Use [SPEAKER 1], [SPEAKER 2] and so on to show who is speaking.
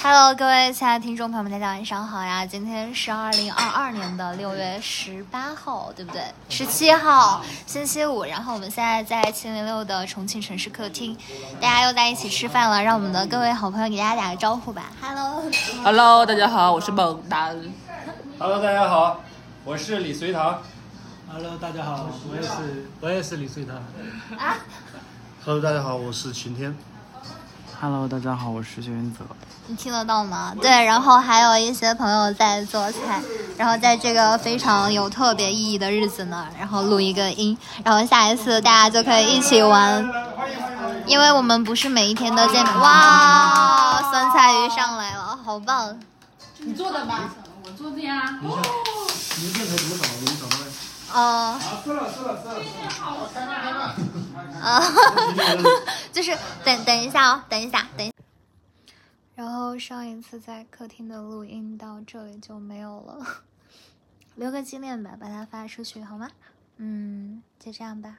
[SPEAKER 1] Hello，各位亲爱的听众朋友们，大家晚上好呀！今天是二零二二年的六月十八号，对不对？十七号，星期五。然后我们现在在七零六的重庆城市客厅，大家又在一起吃饭了。让我们的各位好朋友给大家打个招呼吧。Hello，
[SPEAKER 2] Hello，大家好，我是猛男。
[SPEAKER 3] Hello，大家好，我是李隋唐。
[SPEAKER 4] Hello，大家好，我也是，我也是李穗堂。
[SPEAKER 1] 啊，
[SPEAKER 5] Hello，大家好，我是晴天。
[SPEAKER 6] Hello，大家好，我是薛云泽。
[SPEAKER 1] 你听得到吗？对，然后还有一些朋友在做菜，然后在这个非常有特别意义的日子呢，然后录一个音，然后下一次大家就可以一起玩，因为我们不是每一天都见 面。哇，酸菜鱼上来了，好棒！
[SPEAKER 2] 你做的吧？我做的呀。
[SPEAKER 5] 您这才怎么找？怎么找到的？
[SPEAKER 1] 哦、啊， 就是等等一下哦，等一下，等一下。然后上一次在客厅的录音到这里就没有 了，留个纪念吧，把它发出去好吗？嗯，就这样吧，